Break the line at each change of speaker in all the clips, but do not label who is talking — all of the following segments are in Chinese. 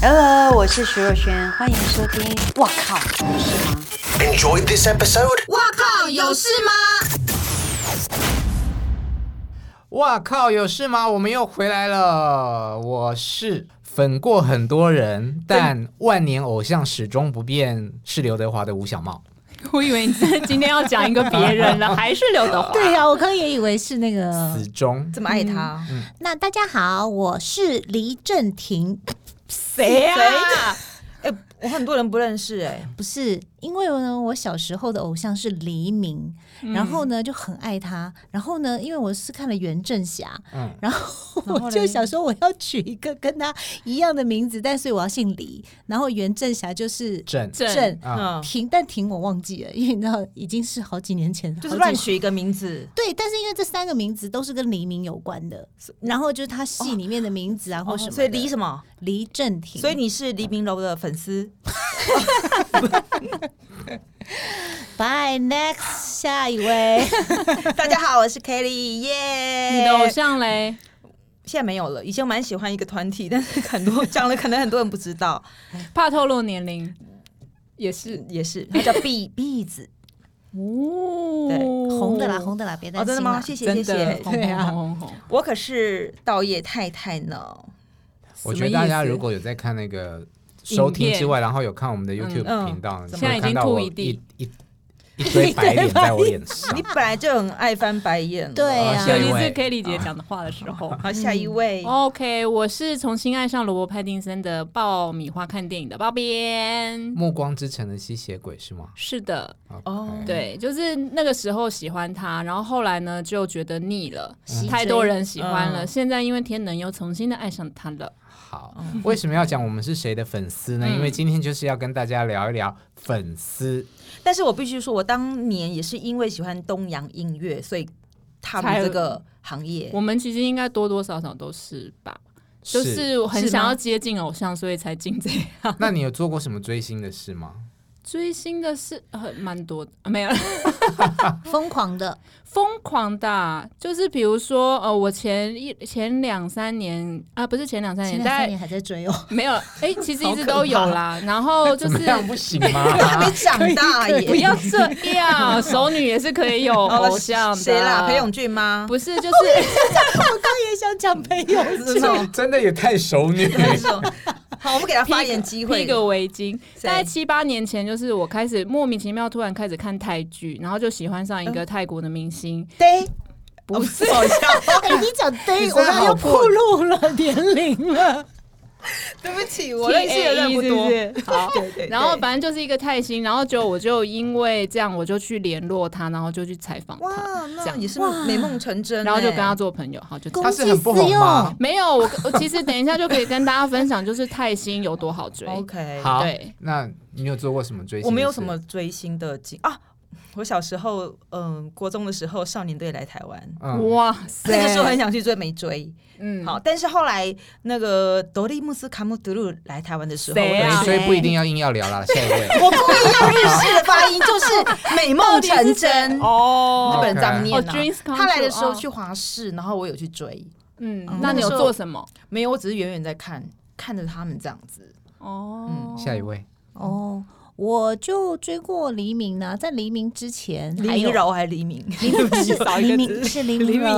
Hello，我是徐若瑄，欢迎收听。哇靠，有事吗？
Enjoyed this episode?
哇靠，有事吗？
哇靠，有事吗？我们又回来了。我是粉过很多
嗯
人，但万年偶像始终不变，是刘德华的吴小茂。
我以为你是今天要讲一个别人了，还是刘德华？
对呀、我刚刚也以为是那 个。
嗯
嗯
始终
这么爱他，
那大家好，我是黎正 廷，
谁呀、啊？哎、我很多人不认识哎、
不是因为呢，我小时候的偶像是黎明，
嗯
然后呢就很爱他，然后呢，因为我是看了袁振霞，
嗯
然后
然后
我就
嘞
想说我要取一个跟他一样的名字，但所以我要姓黎，然后袁振霞就是
正
正
正
啊，
嗯，
婷，但婷我忘记了，因为你知道已经是好几年前，
就
好
是
几
乱取一个名字，
对，但是因为这三个名字都是跟黎明有关的，然后就是他戏里面的名字啊，或什么的、
哦所以黎什么？
黎正廷，
所以你是黎明楼的粉丝，
Bye next 下一位，
大家好，我是 Kelly，耶、
你的偶像嘞？
现在没有了，以前我蛮喜欢一个团体，但是很多讲了，可能很多人不 知道，
怕透露年龄，也是
也是，他叫 B B 子，
哦
对
红的啦，红的啦，别
哦，
担
真
心
的
啦、
吗？谢谢谢
真的
谢，
红
对
红
啊，
红红红。
我可是道业太 太呢，
我觉得大家如果有在看那个收听之外，然后有看我们的 YouTube
嗯
频道，你
现
会
在已
看
经
到我
吐一地
一一一堆白脸在我脸 上
你。本来就很爱翻白眼了，
对
好
啊
下
尤
一
其
位
是 Kelly 姐讲的话的时候。哦
好，下一位，
OK，我是重新爱上罗伯·派丁森的爆米花看电影的包边。
暮光之城的吸血鬼是吗？
是的，
哦
OK，
对，就是那个时候喜欢他，然后后来呢就觉得腻了
嗯，
太多人喜欢了。
嗯
现在因为天能又重新的爱上他了。
好，为什么要讲我们是谁的粉丝呢？
哦嗯
因为今天就是要跟大家聊一聊粉丝。
但是我必须说，我当年也是因为喜欢东洋音乐，所以踏入这个行业。
我们其实应该多多少少都是吧，就是很
是吗
想要接近偶像，所以才进这样。
那你有做过什么追星的事吗？
追星的是很蛮多的，啊没有
疯狂的，
疯狂的啊、就是比如说呃，我前一前两三年啊，不是前两三年，
前
大
两三
概
年还在追 哦，
没有，哎、其实
好
一
可
直
怕
都有啦。然后就
怎么
是呃
样不行
还 没
吗？
长大耶，
不要这样，熟女也是可以有
哦
偶像的。
谁 啦？裴勇俊吗？
不是，就是
也想讲朋友，
是吗？
真的也太熟女。
还是说好，我们给他 发言机
披
会。
个围巾。
谁
大概七八年前，就是我开始莫名其妙突然开始看泰剧，然后就喜欢上一
嗯
个泰国的明星，
对，
不是
哦好笑，
哎、你讲对，
你
我
真的
们
好
又
过
暴露了年龄了，
对不起，我认识的人不
TAE
多。
是不是好，
对对对
然后反正就是一个泰星，然后就我就因为这样，我就去联络他，然后就去采访他，
哇，
这
那
样
也是美梦成真欸。
然后就跟他做朋友，好就这
他
样。
是很不红吗？
没有，我我其实等一下就可以跟大家分享，就是泰星有多好追。
OK。
好
对，
那你有做过什么追星？
我没有什么。追星的经啊。我小时候，嗯，国中的时候，少年队来台湾，
嗯，
哇塞，
那个时候很想去追，没追。
嗯
好，但是后来那个多利姆斯卡姆德鲁来台湾的时候，
谁
没
啊
追不一定要硬要聊啦，下一位。
我故意要日式的发音，就是美梦成真。
哦
日本人这样
哦
念、啊。
，Dreams Come True，
他来的时候
哦
去华视，然后我有去追，
嗯
嗯，
那你有做什么？
没有，我只是远远在看，看着他们这样子。
哦，
下一位，
哦。我就追过黎明呢、在黎明之前，
黎
还
明
有
柔还是黎明？
黎明之
少一
黎
个
明
字
是黎明柔，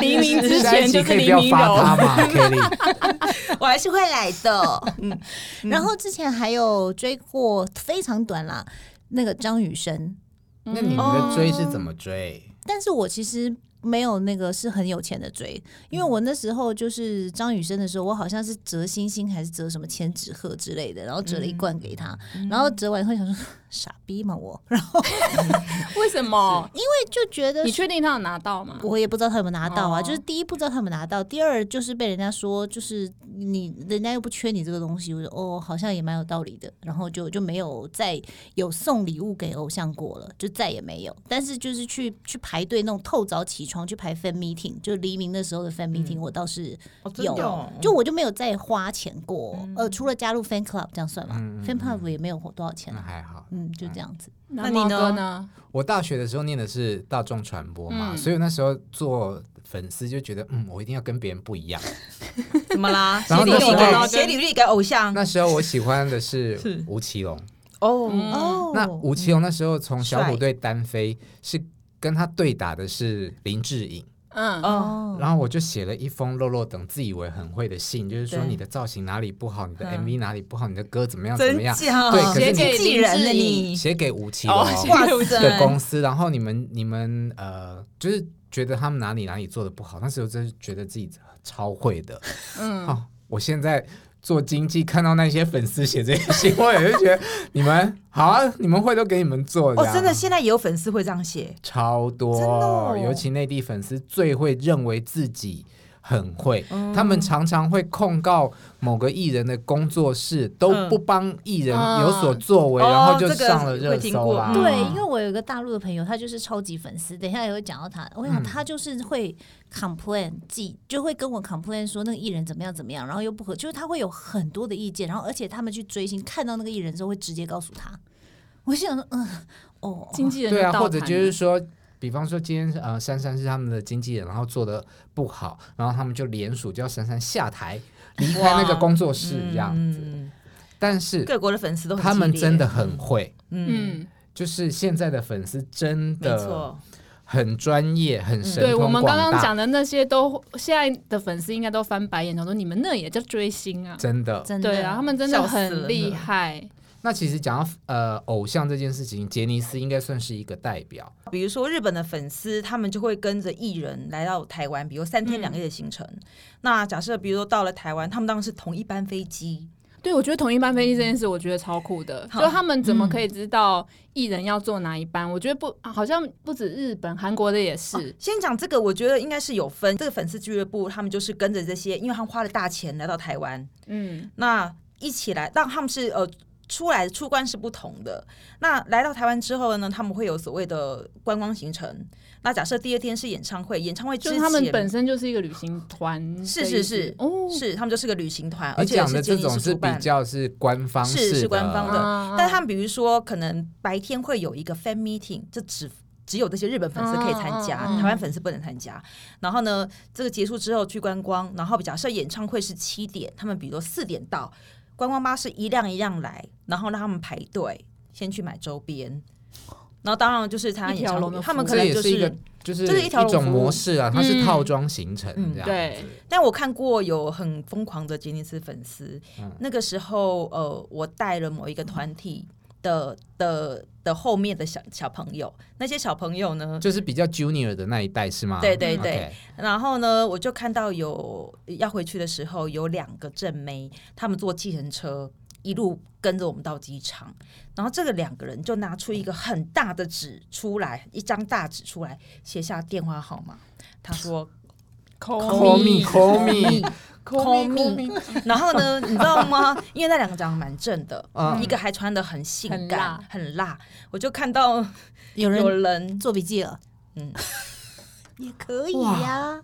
黎明之
下一集
前就
可
是
以
黎
不要
明
发
柔，
他 吗？Kelly，
我还是会来的。
嗯然后之前还有追过非常短啦，那个张雨生，
那你们
哦
的追是怎么追？
但是我其实没有那个是很有钱的追，因为我那时候就是张雨生的时候，我好像是折星星还是折什么千纸鹤之类的，然后折了一罐给他，然后折完以后想说 傻逼嘛我，然后
为什么？
哎就觉得
你确定他有拿到吗？
我也不知道他有没有拿到啊，
哦
就是第一不知道他有没有拿到，第二就是被人家说，就是你人家又不缺你这个东西，我说哦，好像也蛮有道理的，然后就就没有再有送礼物给偶像过了，就再也没有。但是就是去去排队那种透早起床去排 fan meeting，就黎明那时候的 fan meeting，、我倒是
哦真
有，
的哦
就我就没有再花钱过，呃，除了加入 fan club 这样算吗、f a n club 也没有多少钱
那
啊，
还好。
嗯，就这样子。
那
你
猫
呢
哥呢？
我大学的时候念的是大众传播嘛，
嗯
所以我那时候做粉丝就觉得，嗯，我一定要跟别人不一样。
怎么啦？写
然后
履
那
历
时候
给写履历给偶像
那时候我喜欢的是
是
吴奇隆，
哦，
嗯，
哦
那吴奇隆那时候从小虎
帅
队单飞，是跟他对打的是林志颖。
嗯，
哦，
然后我就写了一封肉肉等自以为很会的信，就是说
对
你的造型哪里不好，你的
嗯
MV 哪里不好，你的歌怎么样怎
真
么样，
假？
对可是
写
你
给
寄
林
人
志
了
颖
你，
写给吴奇隆
哦，
哇
谢谢
的
塞
公司，然后你们你们呃，就是觉得他们哪里哪里做的不好，那时候真是觉得自己超会的。
嗯，
哦，我现在做经济，看到那些粉丝写这些信，我也就觉得你们好啊，你们会都给你们做
哦
这，样
真的，现在也有粉丝会这样写，
超多，
真的哦
尤其内地粉丝最会认为自己很会，
嗯
他们常常会控告某个艺人的工作室都
嗯
不帮艺人
嗯
有所作为，
哦
然后就
这个
上了
会
热
听
搜啊
过
啦。
嗯
对，因为我有一个大陆的朋友，他就是超级粉丝，等一下也会讲到他。我想
嗯
他就是会 complain，记就会跟我 complain 说那个艺人怎么样怎么样，然后又不合，就是他会有很多的意见，然后而且他们去追星，看到那个艺人之后会直接告诉他。我想说，嗯，哦，
经纪人
对啊，
就到
或者
谈
就
了
是说，比方说今天呃，珊珊是他们的经纪人，然后做的不好，然后他们就联署叫珊珊下台，离开那个工作室这样子。
嗯
但是
各国的粉丝都很
他们
激烈
真的，很会，
嗯，
嗯，
就是现在的粉丝真
没
的
错，
很专业，很
嗯
神
对我
通
们
广
刚刚
大，
讲的那些都，现在的粉丝应该都翻白眼，想说你们那也叫追星啊？
真的。
真的，
对啊，他们真的
笑死了嗯
很厉
那
害。
那其实讲到呃偶像这件事情，杰尼斯应该算是一个代表。
比如说日本的粉丝，他们就会跟着艺人来到台湾，比如三天
嗯
两夜的行程。那假设比如说到了台湾，他们当然是同一班飞机，
对，我觉得同一班飞机这件事，我觉得超酷的。
好
就他们
嗯
怎么可以知道艺人要坐哪一班？我觉得不，好像不止日本，韩国的也是。
先讲这个，我觉得应该是有分。这个粉丝俱乐部，他们就是跟着这些，因为他们花了大钱来到台湾，
嗯，
那一起来，让他们是呃出来出关是不同的。那来到台湾之后呢，他们会有所谓的观光行程。那假设第二天是演唱会，演唱会之
就
前
是他们本身就是一个旅行团的意思，
是是是
哦，
是他们就是个旅行团，而
你
且
讲
是
的
杰
这
尼斯
种是
主
比
办。
较是官方
是
式的，呃
是官方的嗯
啊
但他们比如说，可能白天会有一个 fan meeting，就只只有这些日本粉丝可以参加，
嗯嗯嗯
台湾粉丝不能参加。然后呢，这个结束之后去观光，然后假设演唱会是七点，他们比如四点到，观光巴士一辆一辆来，然后让他们排队先去买周边。然后当然就是参加演
一条
唱
龙的
会，
服务
他们可
这
能
也
就是
一个就是
这是一条龙
种
服务
模式啊，它是套装形成
嗯
这样。
对，
但我看过有很疯狂的杰尼斯粉丝，那个时候呃，我带了某一个团体的的的后面的小小朋友，那些小朋友呢，
就是比较 junior 的那一代是吗？
对对对
OK
然后呢，我就看到有要回去的时候，有两个正妹，他们坐计程车一路跟着我们到机场，然后这个两个人就拿出一个很大的纸出来，一张大纸出来写下电话号码，他说
Call me, call me，
call me，然后呢，你知道吗？因为那两个长得蛮正的，
嗯
一个还穿的很性
很
感
辣、
很辣，我就看到
有
有
人
人
做笔记了，
嗯
嗯， 也可以呀，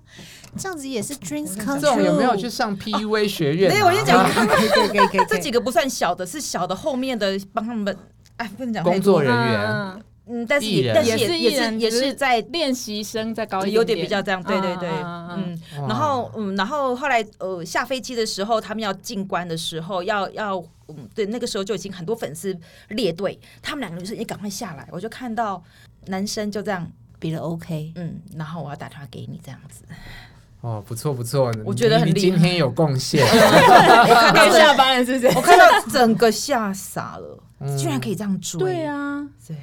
这样子也是 dreams come
这
true。
种有没有去上 PUA 学院啊？
对我先讲
可以可以可以，
这几个不算小的，是小的后面的帮他们，哎，不能讲太
工
多
作人员，
嗯
嗯，但是
艺
也
人
但是
也
也
是艺
也是
人
也
只
是
是
在
练习生再高一
有
点
比较这样，对对对，
啊啊
嗯，
哇
然后嗯，然后后来呃下飞机的时候，他们要进关的时候，要要嗯，对，那个时候就已经很多粉丝列队，他们两个就是你赶快下来，我就看到男生就这样
比了 OK，
嗯，然后我要打电话给你这样子，
哦，不错不错，
我觉得很
你你
厉害
今天有贡 献，
该下班了是不是？
我看到整个吓傻了，居然可以这样追，
对，啊，
对，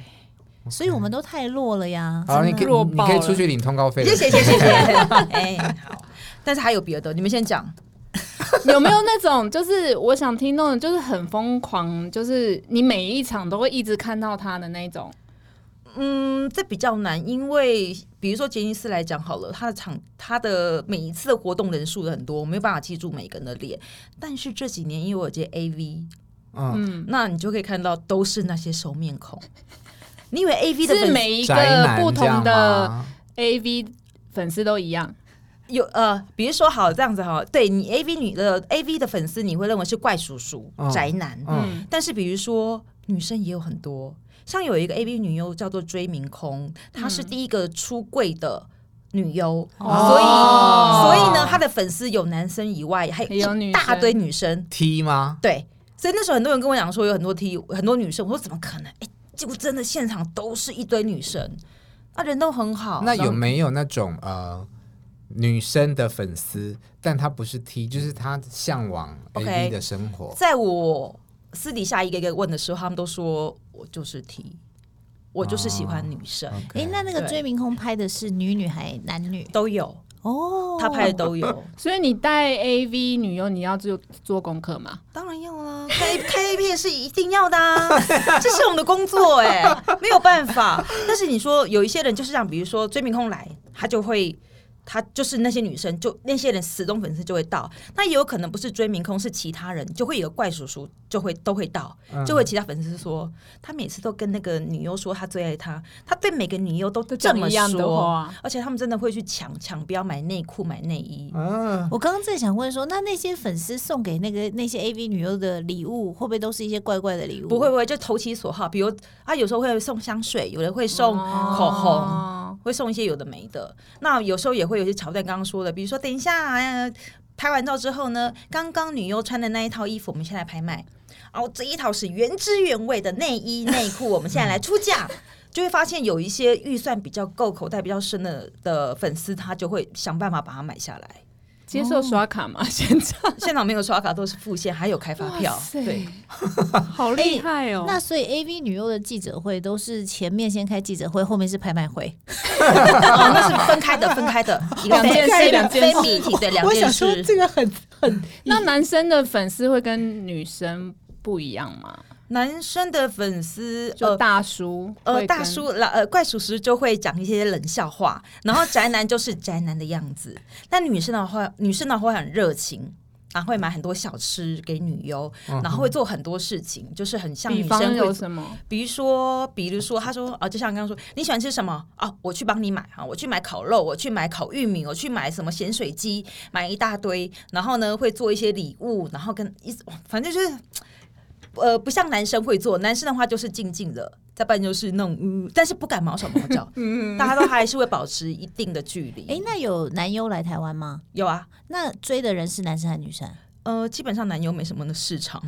所以我们都太弱了呀。
好，你可以
弱
你
爆
可以
了
出去领通告费了
谢。谢谢谢谢谢，哎，好，但是还有别的，你们先讲，
有没有那种就是我想听那种就是很疯狂，就是你每一场都会一直看到他的那种？
嗯，这比较难，因为比如说杰尼斯来讲好了，他的场他的每一次的活动人数很多，我没有办法记住每个人的脸。但是这几年因为我有接 AV，
嗯，
嗯，
那你就可以看到都是那些熟面孔。你以为 AV 的
是
粉丝
每一
宅
个
男
不
这样
同的
吗
AV 粉丝都一样，
有呃，比如说好这样子哈，对你 A V 女的 A V 的粉丝，你会认为是怪叔叔、
嗯
宅男，
嗯
但是比如说女生也有很多，像有一个 A V 女优叫做追明空，她
嗯
是第一个出柜的女优，所以、
哦
所以呢，她的粉丝有男生以外，还
也有
一
女
大
生
堆女生，
T 吗？
对，所以那时候很多人跟我讲说有很多 T 很多女生，我说怎么可能？哎，结果真的现场都是一堆女生，啊，人都很好，
那
然
有
后
没有那种呃女生的粉丝，但她不是 T，就是她向往 A
OK
V 的生活
在我私底下一个一个问的时候，他们都说我就是 T，我就是喜欢女生，
哦 OK
哎、那那个
对
追明空拍的是女女还男女？
都有，
哦，
他拍的都有。
所以你带 A V 女优，你要做做功课嘛？
当然要啦，开 开 A 片是一定要的啊，这是我们的工作哎、 没有办法。但是你说有一些人就是这样，比如说追明空来，他就会。他就是那些女生，就那些人死忠粉丝就会到，那也有可能不是追明空，是其他人，就会有个怪叔叔就会都会到，就会其他粉丝说他每次都跟那个女优说他最爱她，他对每个女优都
都
这
讲
么
一样的
说，
话，
而且他们真的会去抢抢，不要买内裤买内衣，
嗯，
我刚刚正想问说，那那些粉丝送给那个那些 AV 女优的礼物，会不会都是一些怪怪的礼物？
不会，不会，就投其所好。比如啊，有时候会送香水，有人会送口红，
哦
会送一些有的没的。那有时候也会有一些桥段，刚刚说的，比如说等一下、呃拍完照之后呢，刚刚女优穿的那一套衣服，我们现在拍卖。哦，这一套是原汁原味的内衣内裤，我们现在来出价。 就会发现有一些预算比较够、口袋比较深的的粉丝，他就会想办法把它买下来。
接
哦
受刷卡嘛？ 现在
现场没有刷卡，都是付现，还有开发票。对，，哎
哇塞好厉害哦！
那所以 AV 女优的记者会都是前面先开记者会，后面是拍卖会。
哦，那是分开的，分开的，一个
两件事两件事
非 meeting 对，两件事。
个很很
那男生的粉丝会跟女生不一样吗？
男生的粉丝
就
呃。
大叔会
呃，
跟
大叔老呃怪叔叔就会讲一些冷笑话，然后宅男就是 宅男的样子。但女生的话，女生的话很热情，啊，会买很多小吃给女优，然后会做很多事情，就是很像
嗯比
女生
方有
会
什么？
比如说，比如说，他说啊，就像刚刚说，你喜欢吃什么啊？我去帮你买啊，我去买烤肉，我去买烤玉米，我去买什么咸水鸡，买一大堆，然后呢会做一些礼物，然后跟一直哇反正就是。呃，不像男生会做，男生的话就是静静的，再不然就是那种，嗯，但是不敢毛手毛脚，大家都还是会保持一定的距离。
哎，那有男优来台湾吗？
有啊，
那追的人是男生还是女生？
呃，基本上男友没什么的市场，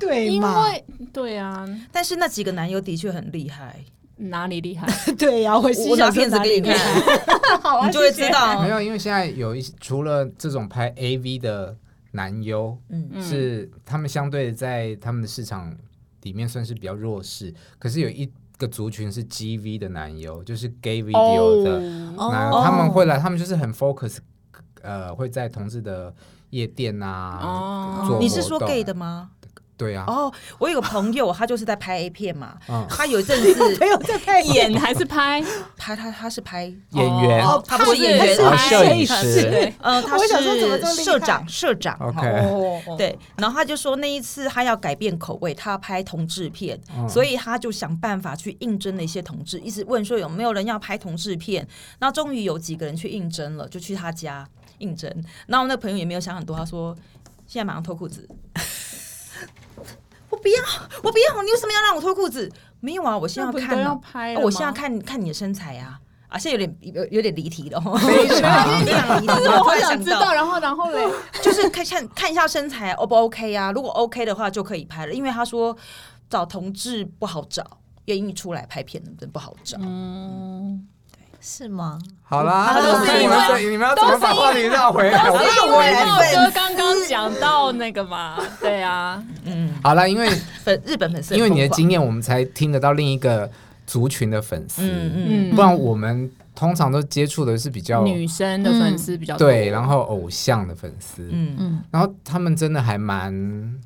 对
因为对啊，
但是那几个男友的确很厉害，
哪里厉害？
对呀、我
我拿片子给你看， 啊你就会知道
没，有，因为现在有一些除了这种拍 A V 的男优，
嗯
嗯
是他们相对在他们的市场里面算是比较弱势，可是有一个族群是 G V 的男优，就是 gay video 的，
嗯
那、
哦
他们会来，他们就是很 focus，呃，会在同志的夜店啊，
哦
做
你是
活
说
动
gay 的吗？
对啊，
哦，我有个朋友，他就是在拍 A 片嘛，
嗯
他有一 阵子
有在拍
演 还是拍？
拍他他是拍，
演员，
哦
他不是演员，
哦
拍
摄影师
对
呃，他
我想说怎么这么
是
厉害
社长社长
OK
哈
哦，
对，然后他就说那一次他要改变口味，他要拍同志片，所以他就想办法去应征了一些同志，一直问说有没有人要拍同志片。那终于有几个人去应征了，就去他家应征。然后那朋友也没有想很多，他说现在马上脱裤子。 我不要，我不要！你为什么要让我脱裤子？没有啊，我现在
那不是
看
都
啊、
要拍了
哦我现在
吗
看看你的身材啊，啊，现在有点有有点离题了哦，
非 常
非常离题。
但啊 是我
突
好
然
想知
到
道，然后然后嘞，
就是看看看一下身材 O 不 OK 啊？如果 OK 的话就可以拍了，因为他说找同志不好找，愿意出来拍片的人不好找。
是吗？
好啦，
都是
你
因
们
为
怎你们要怎么把话题绕回来？我
因
我
为
来
茂
粉
哥刚刚讲到那个嘛，对啊，
好啦，因为
粉日本粉丝很
因为你的
疯狂
经验，我们才听得到另一个族群的粉丝，
嗯
不然我们通常都接触的是比较
女生的粉丝比较多，
对，然后偶像的粉丝，
嗯嗯，
然后他们真的还蛮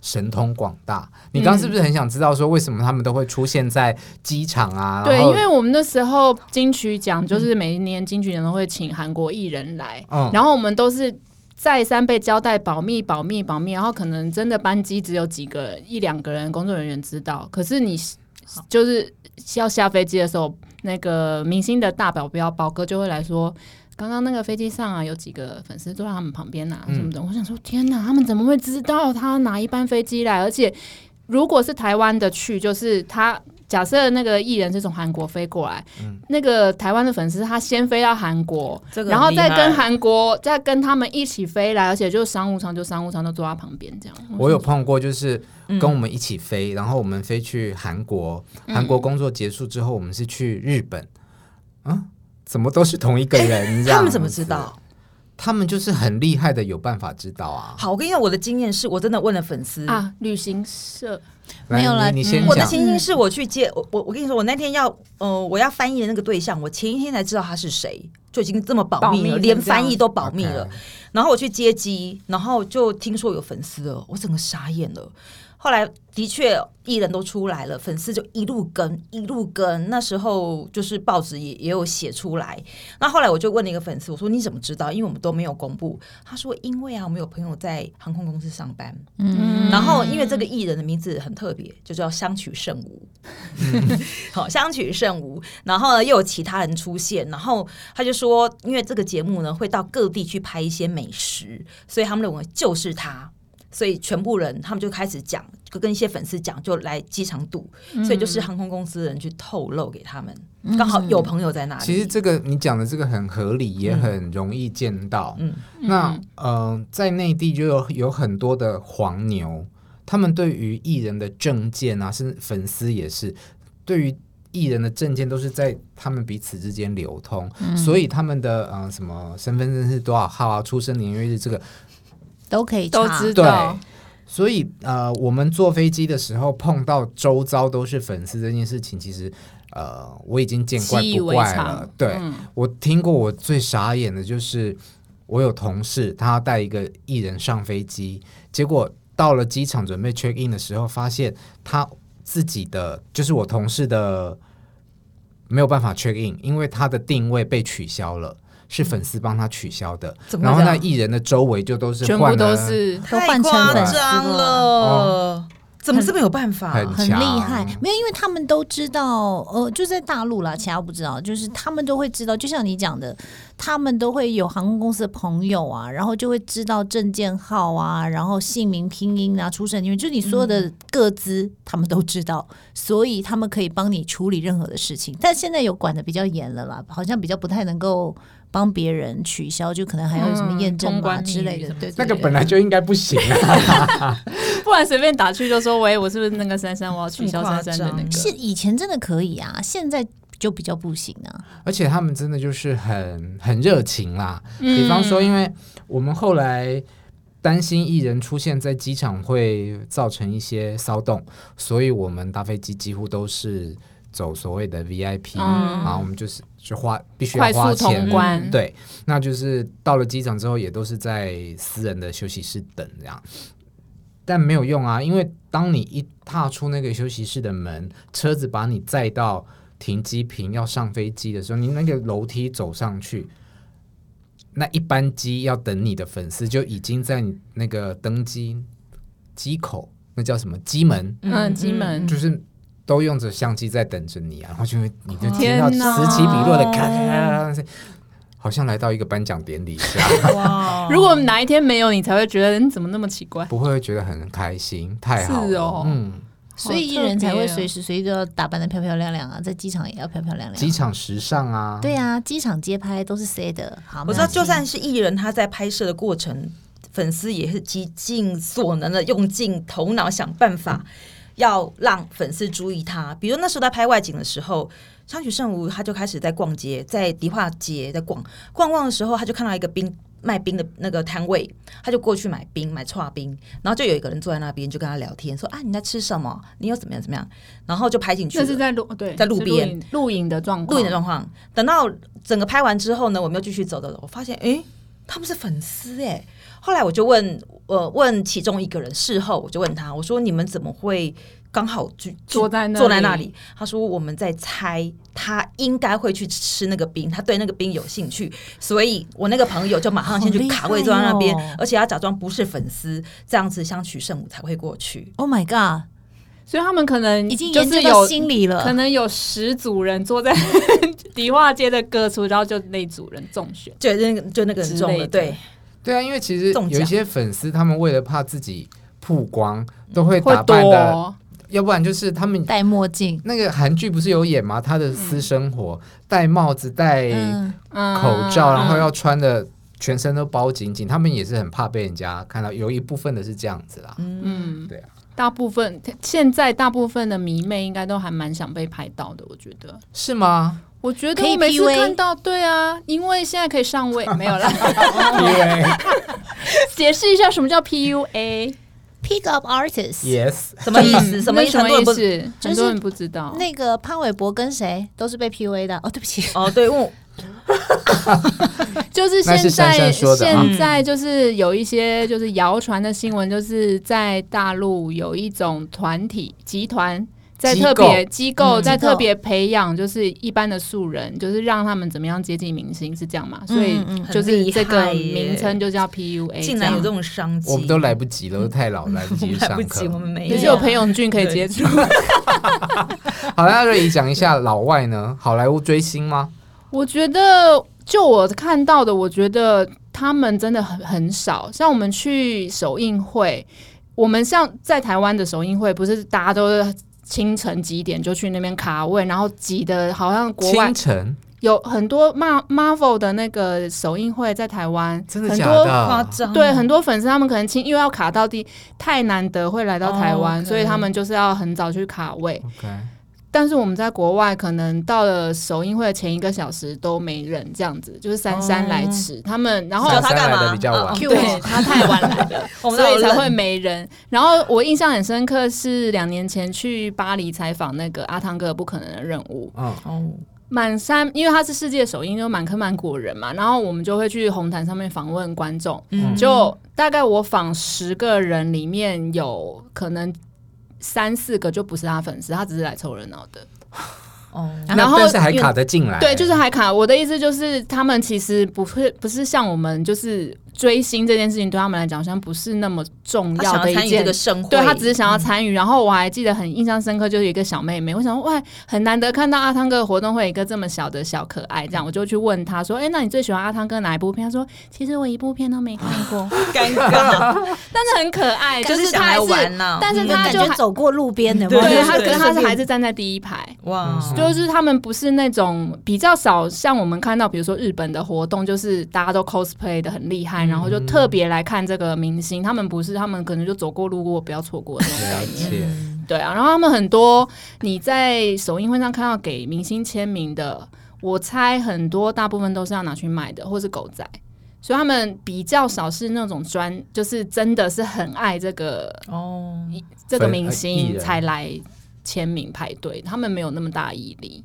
神通广大。你刚刚是不是很想知道说为什么他们都会出现在机场啊？
对，
然后
因为我们那时候金曲奖就是每一年金曲奖都会请韩国艺人来，
嗯
然后我们都是。再三被交代保密、保密、保密，然后可能真的班机只有几个人、一两个人工作人员知道。可是你就是要下飞机的时候，那个明星的大保镖宝哥就会来说。刚刚那个飞机上啊，有几个粉丝坐在他们旁边呐、啊，
嗯
什么的。我想说，天哪，他们怎么会知道他哪一班飞机来？而且，如果是台湾的去，就是他假设那个艺人是从韩国飞过来，
嗯
那个台湾的粉丝他先飞到韩国，
这个
然后
很厉害
再跟韩国，再跟他们一起飞来，而且就商务舱就商务舱都坐他旁边这样。
我有碰过，就是跟我们一起飞，然后我们飞去韩国，韩国工作结束之后，我们是去日本，啊，怎么都是同一个人？这样
他们怎么
子
知道？？
他们就是很厉害的，有办法知道啊。
好，我跟你讲，我的经验是我真的问了粉丝，
啊，旅行社
来
没有啦
你你先
嗯我的
讲。
情形是我去接我我我跟你说，我那天要呃我要翻译的那个对象，我前一天才知道他是谁，就已经这么保密了，
保密成这样
连翻译都保密了
OK。
然后我去接机，然后就听说有粉丝了，我整个傻眼了。后来的确艺人都出来了，粉丝就一路跟一路跟，那时候就是报纸也也有写出来。那后来我就问了一个粉丝，我说你怎么知道？因为我们都没有公布。他说因为啊，我们有朋友在航空公司上班，
嗯，
然后，因为这个艺人的名字很特别，就叫相取甚无。嗯 好，相取甚无。然后呢，又有其他人出现，然后他就说，因为这个节目呢会到各地去拍一些美食，所以他们认为就是他。所以全部人他们就开始讲，就跟一些粉丝讲，就来机场赌，所以就是航空公司的人去透露给他们，刚好有朋友在那里。
其实这个你讲的这个很合理，也很容易见到。
嗯
那嗯、呃在内地就有有很多的黄牛，他们对于艺人的证件啊，甚至粉丝也是对于。艺人的证件都是在他们彼此之间流通，
嗯
所以他们的呃什么身份证是多少号啊，出生年月日这个
都可以
都
查
知
对
道，
所以呃，我们坐飞机的时候碰到周遭都是粉丝这件事情，其实呃，我已经见怪
习以
不
为
怪
常嗯
了。对、我听过我最傻眼的就是，我有同事他带一个艺人上飞机，结果到了机场准备 check in 的时候，发现他自己的就是我同事的没有办法 check in，因为他的定位被取消了。是粉丝帮他取消的，
怎么会
然后
这
那
样
艺人的周围就都是
全部
换
都
了
是
都
太
换成
夸
粉丝
张
了
哦
了，怎么这么有办法？
很
很厉害
强，
没有，因为他们都知道，呃，就在大陆啦，其他不知道，就是他们都会知道，就像你讲的，他们都会有航空公司的朋友啊，然后就会知道证件号啊，然后姓名、拼音啊、出生年月，就是你所有
嗯
的各资，他们都知道，所以他们可以帮你处理任何的事情。但现在有管的比较严了啦，好像比较不太能够帮别人取消，就可能还有什么
嗯
验证
通
码
关密
之类
语
的
什，么
对，
那
对
个
对
本来就应该不行啊。
不然随便打去就说喂，我是不是那个珊珊？我要取消珊珊的
这么
那
夸张
个。
现以前真的可以啊，现在就比较不行啊。
而且他们真的就是很很热情啦。比方说，因为我们后来担心艺人出现在机场会造成一些骚动，所以我们搭飞机几乎都是走所谓的 VIP，、
嗯
然后我们就是就花必须要
快
花
速
钱
通关，
对，那就是到了机场之后，也都是在私人的休息室等这样，但没有用啊，因为当你一踏出那个休息室的门，车子把你载到停机坪要上飞机的时候，你那个楼梯走上去，那一班机要等你的粉丝就已经在你那个登机机口，那叫什么机门，
嗯，金门
就是。都用着相机在等着你啊，然后就会你就听
天
到
哪
此起彼落的咔咔咔咔咔，好像来到一个颁奖典礼一样。
哇
如果哪一天没有，你才会觉得你嗯怎么那么奇怪。
不会觉得很开心，太好了。
是哦
嗯，
所以艺人才会随时随地都要打扮的漂漂亮亮啊，在机场也要漂漂亮
机
亮。
场时尚啊，
对啊，机场街拍都是 C 的，好，
我知道，
没有
就算是艺人，他在拍摄的过程，粉丝也是极尽所能的，用尽头脑想办法，要让粉丝注意他。比如那时候在拍外景的时候，商许圣吾他就开始在逛街，在迪化街在逛逛逛的时候，他就看到一个冰。卖冰的那个摊位，他就过去买冰，买串冰，然后就有一个人坐在那边，就跟他聊天，说啊你在吃什么？你又怎么样怎么样？然后就拍进去了。
啊那是在路对，
在路边
是露营露营的状
录
况，
影的状况。等到整个拍完之后呢，我们又继续走走走，我发现诶，他们是粉丝诶。后来我就问，呃，问其中一个人，事后我就问他，我说你们怎么会刚好聚
坐在那里
坐在那里？他说我们在猜，他应该会去吃那个冰，他对那个冰有兴趣，所以我那个朋友就马上先去卡位坐在那边，
好厉害哦
而且要假装不是粉丝，这样子相取胜母才会过去。
，Oh my god！
所以他们可能
已经
嗯就
研究
是
到
有
心里了。
可能有十组人坐在 迪化街的各处，然后就那组人中选。
就那个就那个人中了，
之类的
对，
对啊，因为其实
中
有一
奖
些粉丝，他们为了怕自己曝光，都会
嗯会
打扮
多、哦
的，要不然就是他们
戴墨镜，
那个韩剧不是有演吗？他的私生活，戴帽子、戴
嗯，
嗯
口罩，然后要穿的全身都包紧紧，他们也是很怕被人家看到。有一部分的是这样子啦，
嗯，
对啊。
大部分现在大部分的迷妹应该都还蛮想被拍到的，我觉得。
是吗？
我觉得
可以
我每次
PUA
看到，对啊，因为现在可以上 位，没有啦。解释一下什么叫 PUA，
pick up artist。
yes，
什么意思？
嗯
什么
那
意思？
什
很
么
多人
意
不
思？
就是
很多人不知道。
那个潘玮柏跟谁都是被 PUA 的哦，对不起，
哦，对，问我
就是
那
现
是珊
在，
珊说的啊
现在就是有一些就是谣传的新闻，就是在大陆有一种团体集团。在特别机构
嗯
在
机构
特别培养，就是一般的素人，就是让他们怎么样接近明星，是这样嘛？所以
嗯嗯
就
很
是
厉害
这个
耶
名称就叫 PUA 哎这
竟然有
样。
这种商机，
我们都 来不及了，都太老， 来不及
来不
上
及，我们
课。
没
也
有
是有裴勇俊可以接触。
好了，那瑞怡讲一下老外呢？好莱坞追星吗？
我觉得，就我看到的，我觉得他们真的很很少。像我们去首映会，我们像在台湾的首映会，不是大家都是清晨几点就去那边卡位，然后挤的好像国外
清晨
有很多 Mar Marvel 的那个首映会在台湾，
真的啊
很
假
多
夸
的？
张，
对，很多粉丝他们可能清，因为要卡到地太难得会来到台湾
哦，OK
所以他们就是要很早去卡位。
OK，
但是我们在国外可能到了首映会的前一个小时都没人，这样子就是姗姗来迟。
哦
他们然后
叫
小
他
三
干
来
嘛
的比较晚
哦，
对 他太晚来了，
啊我们
所以才
好冷
会没人。然后我印象很深刻是两年前去巴黎采访那个阿汤哥的《不可能的任务》，
嗯，
哦，
满山，因为他是世界首映，就满坑满谷人嘛。然后我们就会去红毯上面访问观众，
嗯
就大概我访十个人里面有可能三四个就不是他粉丝，他只是来凑热闹的。
哦，
嗯那
然后
啊但是还
因为
卡得进来，
对，就是海卡。我的意思就是，他们其实不会，不是像我们就是追星这件事情，对他们来讲，好像不是那么重
他
要
想
的
要参
一
与这
件
个。盛会，
对他只是想要参与，然后我还记得很印象深刻，就是有一个小妹妹，我想说哇，很难得看到阿汤哥的活动会有一个这么小的小可爱，这样我就去问他说，哎、那你最喜欢阿汤哥哪一部片？他说，其实我一部片都没看 过，
尴 尬，
但是很可爱，就
但
是
想
他还
来
是，
玩呢，嗯
但
有
是他
感
就
觉
还
走过路边的，
对
对
有
他，
对
可是他是还
随
是
便
站在第一排，
哇，
嗯
就是他们不是那种比较少，像我们看到，比如说日本的活动，就是大家都 cosplay 的很厉
嗯
害，然后就特别来看这个明星。他们不是，他们可能就走过路过，不要错过那种
了
概念。
解。
对啊，然后他们很多你在首映会上看到给明星签名的，我猜很多大部分都是要拿去卖的，或是狗仔。所以他们比较少是那种专，就是真的是很爱这个
哦，
这个
粉
明
呃艺
星
人
才来签名排队，他们没有那么大毅力。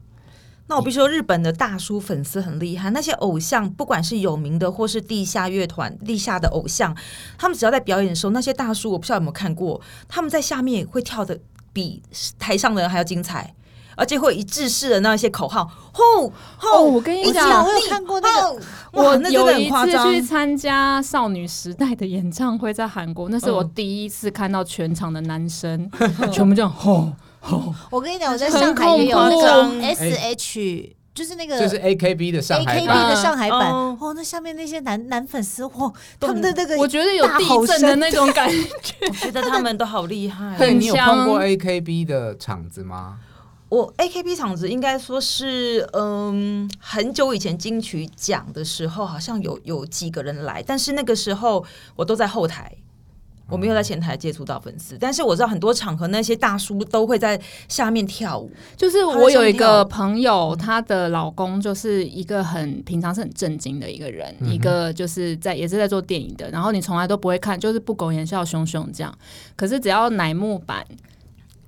那我必须说，日本的大叔粉丝很厉害。那些偶像，不管是有名的或是地下乐团、地下的偶像，他们只要在表演的时候，那些大叔我不知道有没有看过，他们在下面会跳的比台上的人还要精彩，而且会有一致式的那一些口号，吼
哦，
吼，
我跟你
我
讲，
有我有看过那个，
哇
我
那真
有
的很
一
夸
次
张
去参加少女时代的演唱会，在韩国，那是
嗯
我第一次看到全场的 男生全部这样吼吼，
我跟你讲，我在
很
上海也有那
恐
个
怖
S H，就是那个
哎就是 AKB 的上
A
海
K B
版，
的上海版，
嗯
哦，那下面那些男男粉丝，哇，他们的那个，
我觉得有
大吼
地震的那种感 觉。
我觉得他们都好厉 害。
对你有
香
碰过 AKB 的场子吗？
我 AKB 场子应该说是，嗯，很久以前金曲奖的时候，好像有有几个人来，但是那个时候我都在后台，我没有在前台接触到粉丝。但是我知道很多场合那些大叔都会在下面跳舞，
就是我有一个朋友，她的老公就是一个很平常是很震惊的一个人，
嗯
一个就是在也是在做电影的，然后你从来都不会看，就是不苟言笑、凶凶这样。可是只要乃木坂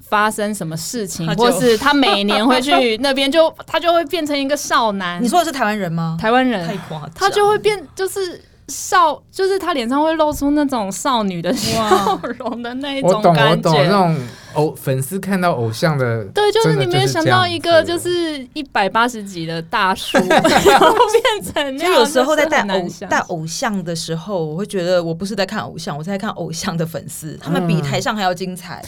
发生什么事情
他，就
或是他每年会去那边就，他就会变成一个少 男。
你说的是台湾人吗？
台湾
太
人，
夸张，
他就会变就是。少就是他脸上会露出那种少女的笑容的那一
我
种
懂，我
感觉，
懂那种偶粉丝看到偶像的，
对，就是
真的
你没有
是
想
这样
到一个
子
就是一百八十级的大叔， 然后变成那
就
样，
有时候在
真的
带
很难
偶
想
带
象
偶像的时候，我会觉得我不是在看偶像，我在看偶像的粉丝，他们比
嗯
台上还要精彩。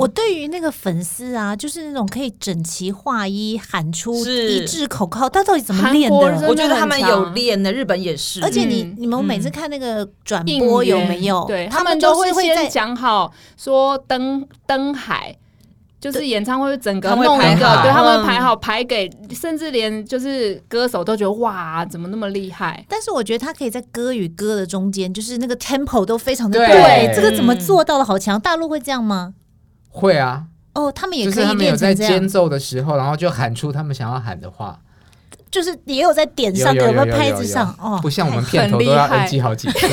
我对于那个粉丝啊，就是那种可以整齐划一喊出
是
一致口号，他到底怎么
韩
练
国人
的？
我觉得他们
真的很
有
强
练的，日本也是，
而且你、
嗯
你们每次看那个转播
应
有
援
没有？
对
他
们
就
都
是
会
会
先
在
讲好说登登海。就是演唱会整个
他们会
弄一
排
个，
好
对他们
嗯
排好排给，甚至连就是歌手都觉得哇，怎么那么厉害？
但是我觉得他可以在歌与歌的中间，就是那个 tempo 都非常的
对
这个怎么做到的？好强！大陆会这样吗？
会啊，
哦，他们也
就是
可
他
以
们有
练
在
成这
间
样，
奏的时候，然后就喊出他们想要喊的话，
就是也有在点上，
有
对，
有有
没有拍子上？
有有
哦，
不像我们
太
片头都要
很厉害
NG 好几次。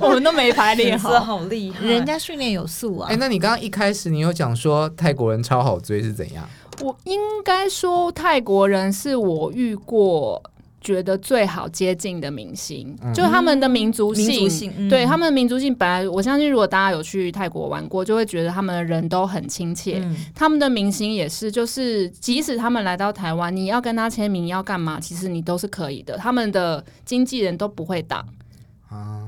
我们都没排 练
粉丝
好，
好厉害，
人家训练有素啊
哎，。那你刚刚一开始你有讲说泰国人超好追是怎样？
我应该说泰国人是我遇过觉得最好接近的明星，就是他们的民族性，
民族性嗯
对他们的民族性，本来我相信如果大家有去泰国玩过，就会觉得他们的人都很亲切。
嗯
他们的明星也是，就是即使他们来到台湾，你要跟他签名要干嘛，其实你都是可以的。他们的经纪人都不会挡，
啊，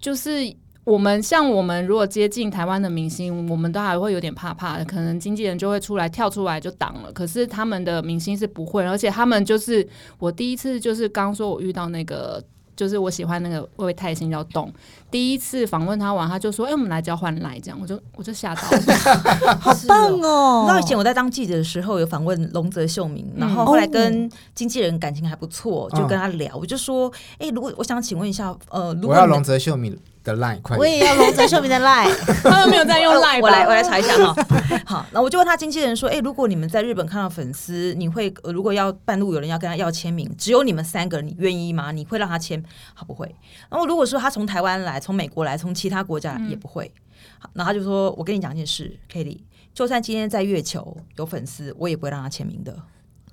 就是我们像我们如果接近台湾的明星，我们都还会有点怕怕的，可能经纪人就会出来跳出来就挡了。可是他们的明星是不会，而且他们就是我第一次就是刚说我遇到那个。就是我喜欢那个魏泰星叫董，第一次访问他完，他就说：“哎、我们来交换赖这样。”我就我就吓到 了，
好
棒。哦！
你知道以前我在当记者的时候，有访问龙泽秀明，然后
嗯
后来跟经纪人感情还不错，
哦嗯
就跟他聊，我就说，哎，如果我想请问一下，呃，如
我
果
要
你
龙泽秀米的 line 快
我
点。
也要龙泽秀明的 line，
他们没有 在用
呃
赖吧？
我来我来查一下哈。好，那我就问他经纪人说：“哎、如果你们在日本看到粉丝，你会、呃如果要半路有人要跟他要签名，只有你们三个人，你愿意吗？你会让他签？他不会。然后如果说他从台湾来，从美国来，从其他国家来
嗯
也不会。好，然后他就说：我跟你讲一件事 k a t i e 就算今天在月球有粉丝，我也不会让他签名的，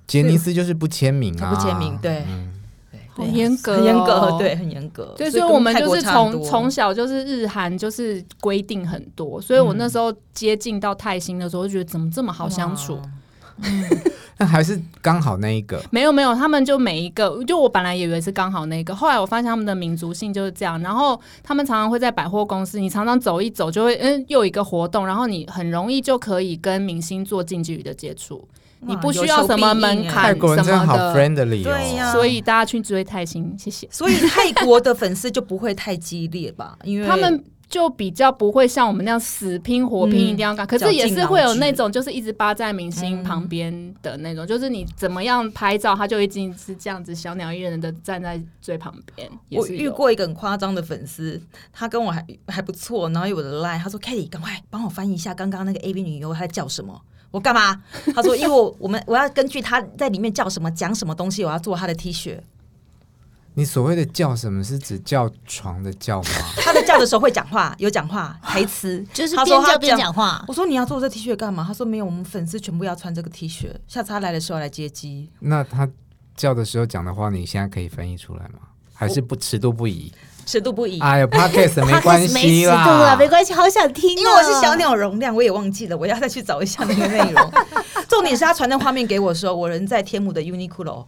杰尼斯就是不签名
他
啊，
不签名，嗯对，
好严格、哦，
很严格，对，。很严格。
对，
所
所
以
以
跟
我们
泰
就
国
是
差很
从
多
从小就是日韩就是规定很多，所以我
嗯
那时候接近到泰兴的时候，就觉得怎么这么好相处
哇？
那还是刚好那一个。
没有没有，他们就每一个，就我本来以为是刚好那个，后来我发现他们的民族性就是这样。然后他们常常会在百货公司，你常常走一走就会，嗯，又有一个活动，然后你很容易就可以跟明星做近距离的接触，你不需要什么门槛
泰国人真的好
什么的
friendly 哦，
对呀
所以大家去追泰兴，谢谢。
所以泰国的粉丝就不会太激烈吧，因为
他们就比较不会像我们那样死拼活拼，
嗯
一定要干。可是也
绞尽
是
脑汁嗯
会有那种，就是一直扒在明星旁边的那种，就是你怎么样拍照，他就已经是这样子小鸟依人的站在最旁边。也
我
是有
遇过一个很夸张的粉丝，他跟我还还不错，然后有我的 line，他说 Kelly 赶快帮我翻译一下刚刚那个 AV 女优她在叫什么。我干嘛？他说，因为我我们我要根据她在里面叫什么讲什么东西，我要做她的 T 恤。
你所谓的叫什么是指叫床的叫吗？
她在叫的时候会讲话，有讲话台词，
就是
她说
边
她
叫边讲。话。
我说你要做这 T 恤干嘛？他说没有，我们粉丝全部要穿这个 T 恤，下次他来的时候来接机。
那他叫的时候讲的话，你现在可以翻译出来吗？还是不尺度不一？
尺度不一，
哎 呀 p o d c a s t 没啊关
没
系
尺度啦，
啦
没，关系，好想听、哦。
因为我是小，鸟容量，我也忘记了，我要再去找一下那个内容。重点是他传那画面给我的时候，我人在天母的 Uniqlo，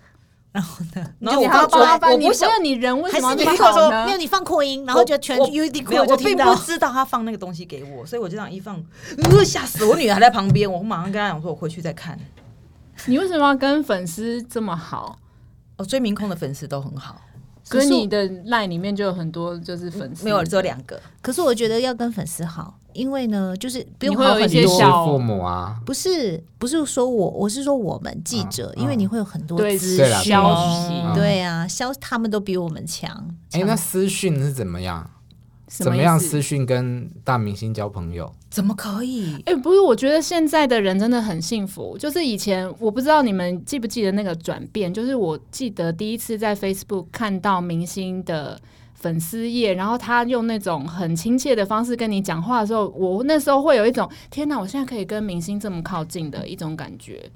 然后呢，
你
然
还
后
要
我刚
扒
刚
翻，
我
你
不
不
想
是。你人为
还
什么
是
要
你
那么
放
好
没有
呢？
你放扩音，然后就全
我
U D
没有
扩就
我
听
并不
到。
知道他放那个东西给我，所以我就这样一放，呃，吓死我！我女儿还在旁边，我马上跟她讲说，我回去再看。
你为什么要跟粉丝这么好？
哦，追明空的粉丝都很好，
可
可
是
是
你的 line 里面就有很多就是粉丝，
没有只有两个，
可是我觉得要跟粉丝好，因为呢，就是不用
你会
好
有一
很
些
你
小
是。父
多
母啊，
不是不是说我，我是说我们记者，
嗯
因为你会有很多
对
资
对啦
消
讯，
息
嗯
对啊，消他们都比我们强。
哎，
强
那私讯是怎么样？
什
怎么
意
样
思
私讯跟大明星交朋友？
怎么可以？
哎、不是，我觉得现在的人真的很幸福。就是以前我不知道你们记不记得那个转变，就是我记得第一次在 Facebook 看到明星的粉丝页，然后他用那种很亲切的方式跟你讲话的时候，我那时候会有一种天哪，我现在可以跟明星这么靠近的一种感觉。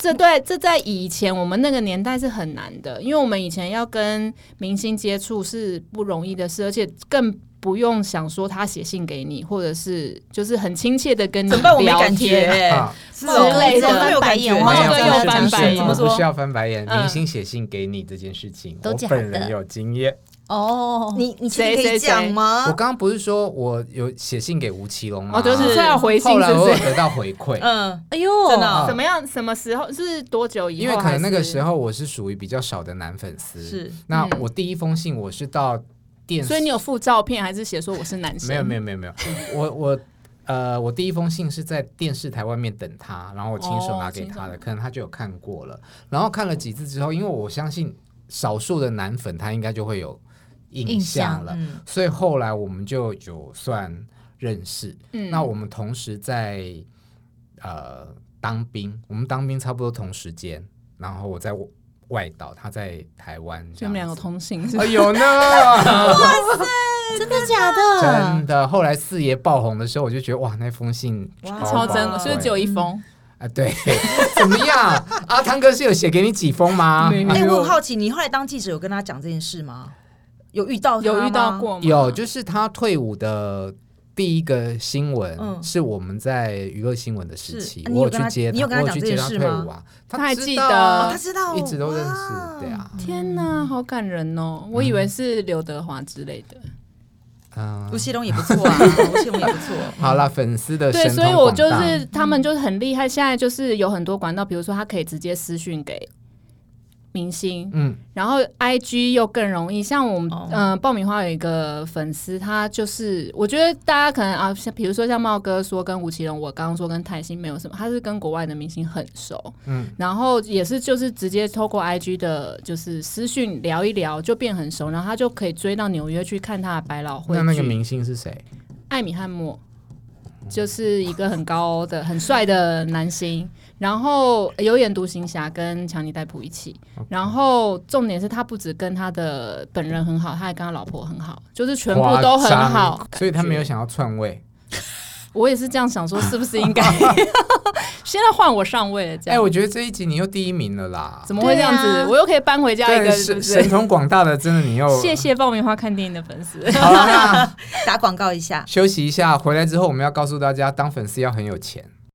这对这在以前我们那个年代是很难的，因为我们以前要跟明星接触是不容易的事，而且更不用想说他写信给你，或者是就是很亲切的跟你
怎么办？我没
聊
感觉、
天。
啊，
之
之类的
没有感觉，
我
好
没
像
有
没
这
有
是
翻
真
白
事
眼
怎
我
么
不
说
需？要翻白眼。
嗯
明星写信给你这件事情，
都
我
假
本人
的
有经验。
哦，
你你确定
谁
可以
谁谁
讲吗？
我刚刚不是说我有写信给吴奇隆吗？
哦，就是
是
他要回信，
后
是
来
不
我有
是？
得到回馈，
嗯，
哎呦，
真的哦
怎么样？什么时候？是多久以 后？
因为可能那个时
候，
候我是属于比较少的男粉丝。
是，
那
嗯
我第一封信我是到电视，
所以你有附照片，还是写说我是男生？
没有没
有。
有没有没有，我我呃，我第一封信是在电视台外面等他，然后我亲手
哦
拿给
亲手
他的，
拿
可能他就有看过了。然后看了几次之后，因为我相信少数的男粉他应该就会有印
印
象
象
了，
嗯，
所以后来我们就有算认识。
嗯
那我们同时在呃当兵，我们当兵差不多同时间，然后我在外岛，他在台湾，这
就
样
我们两个
子。
同行，是不
哎
是
有呢，
真的假
真
的？
的。后来四爷爆红的时候，我就觉得哇，那封信
哇
超
宝
真
贵
的，是不是只有一封？
啊？对， 怎么样？阿汤哥是有写给你几封吗？
没有
哎、
啊
我很好奇，你后来当记者有跟他讲这件事吗？有遇到他
有遇到
吗？
过吗？
有，就是他退伍的第一个新闻
嗯
是我们在娱乐新闻的时
是
期
啊，你
我
有
去
跟他
接
你
他，
有跟他
我有
讲
去
这
接
件
他
事
退
吗
伍啊，他
他还
知
记
道
得
啊
哦，他知道，
一直都认识
哇，
对啊，
天哪，好感人哦！我以为是刘德华之类的。
嗯
吴，奇隆也不错啊，吴奇隆也不错，
好啦，粉丝的
对，
神
所以
通
我
广
就
大
是他们就是很厉害，现在就是有很多管道，比如说他可以直接私讯给明星，
嗯，
然后 I G 又更容易。像我们
哦
嗯、呃爆米花有一个粉丝，他就是我觉得大家可能啊，像比如说像茂哥说跟吴奇隆，我刚刚说跟泰星没有什么，他是跟国外的明星很熟，
嗯
嗯，然后也是就是直接透过 I G 的，就是私讯聊一聊就变很熟，然后他就可以追到纽约去看他的百老汇
那那个
剧
明星是谁？
艾米汉默，就是一个很高的、很帅的男星，然后有演《独行侠》跟强尼戴普一起，然后重点是他不止跟他的本人很好，他还跟他老婆很好，就是全部都很好
夸张，所以他没有
感觉。
想要篡位。
我也是这样想说，是不是 应该现在换我上位了？这
哎、
样、
我觉得这一集你又第一名了啦！
怎么会这样子？
对啊
我又可以搬回家一
对
个，是
神
不
神
是？
通广大的，真的你又
谢。谢爆米花看电影的粉丝。
好啦，那
打广告一下。
休息一下，回来之后我们要告诉大家，当粉丝要很有钱。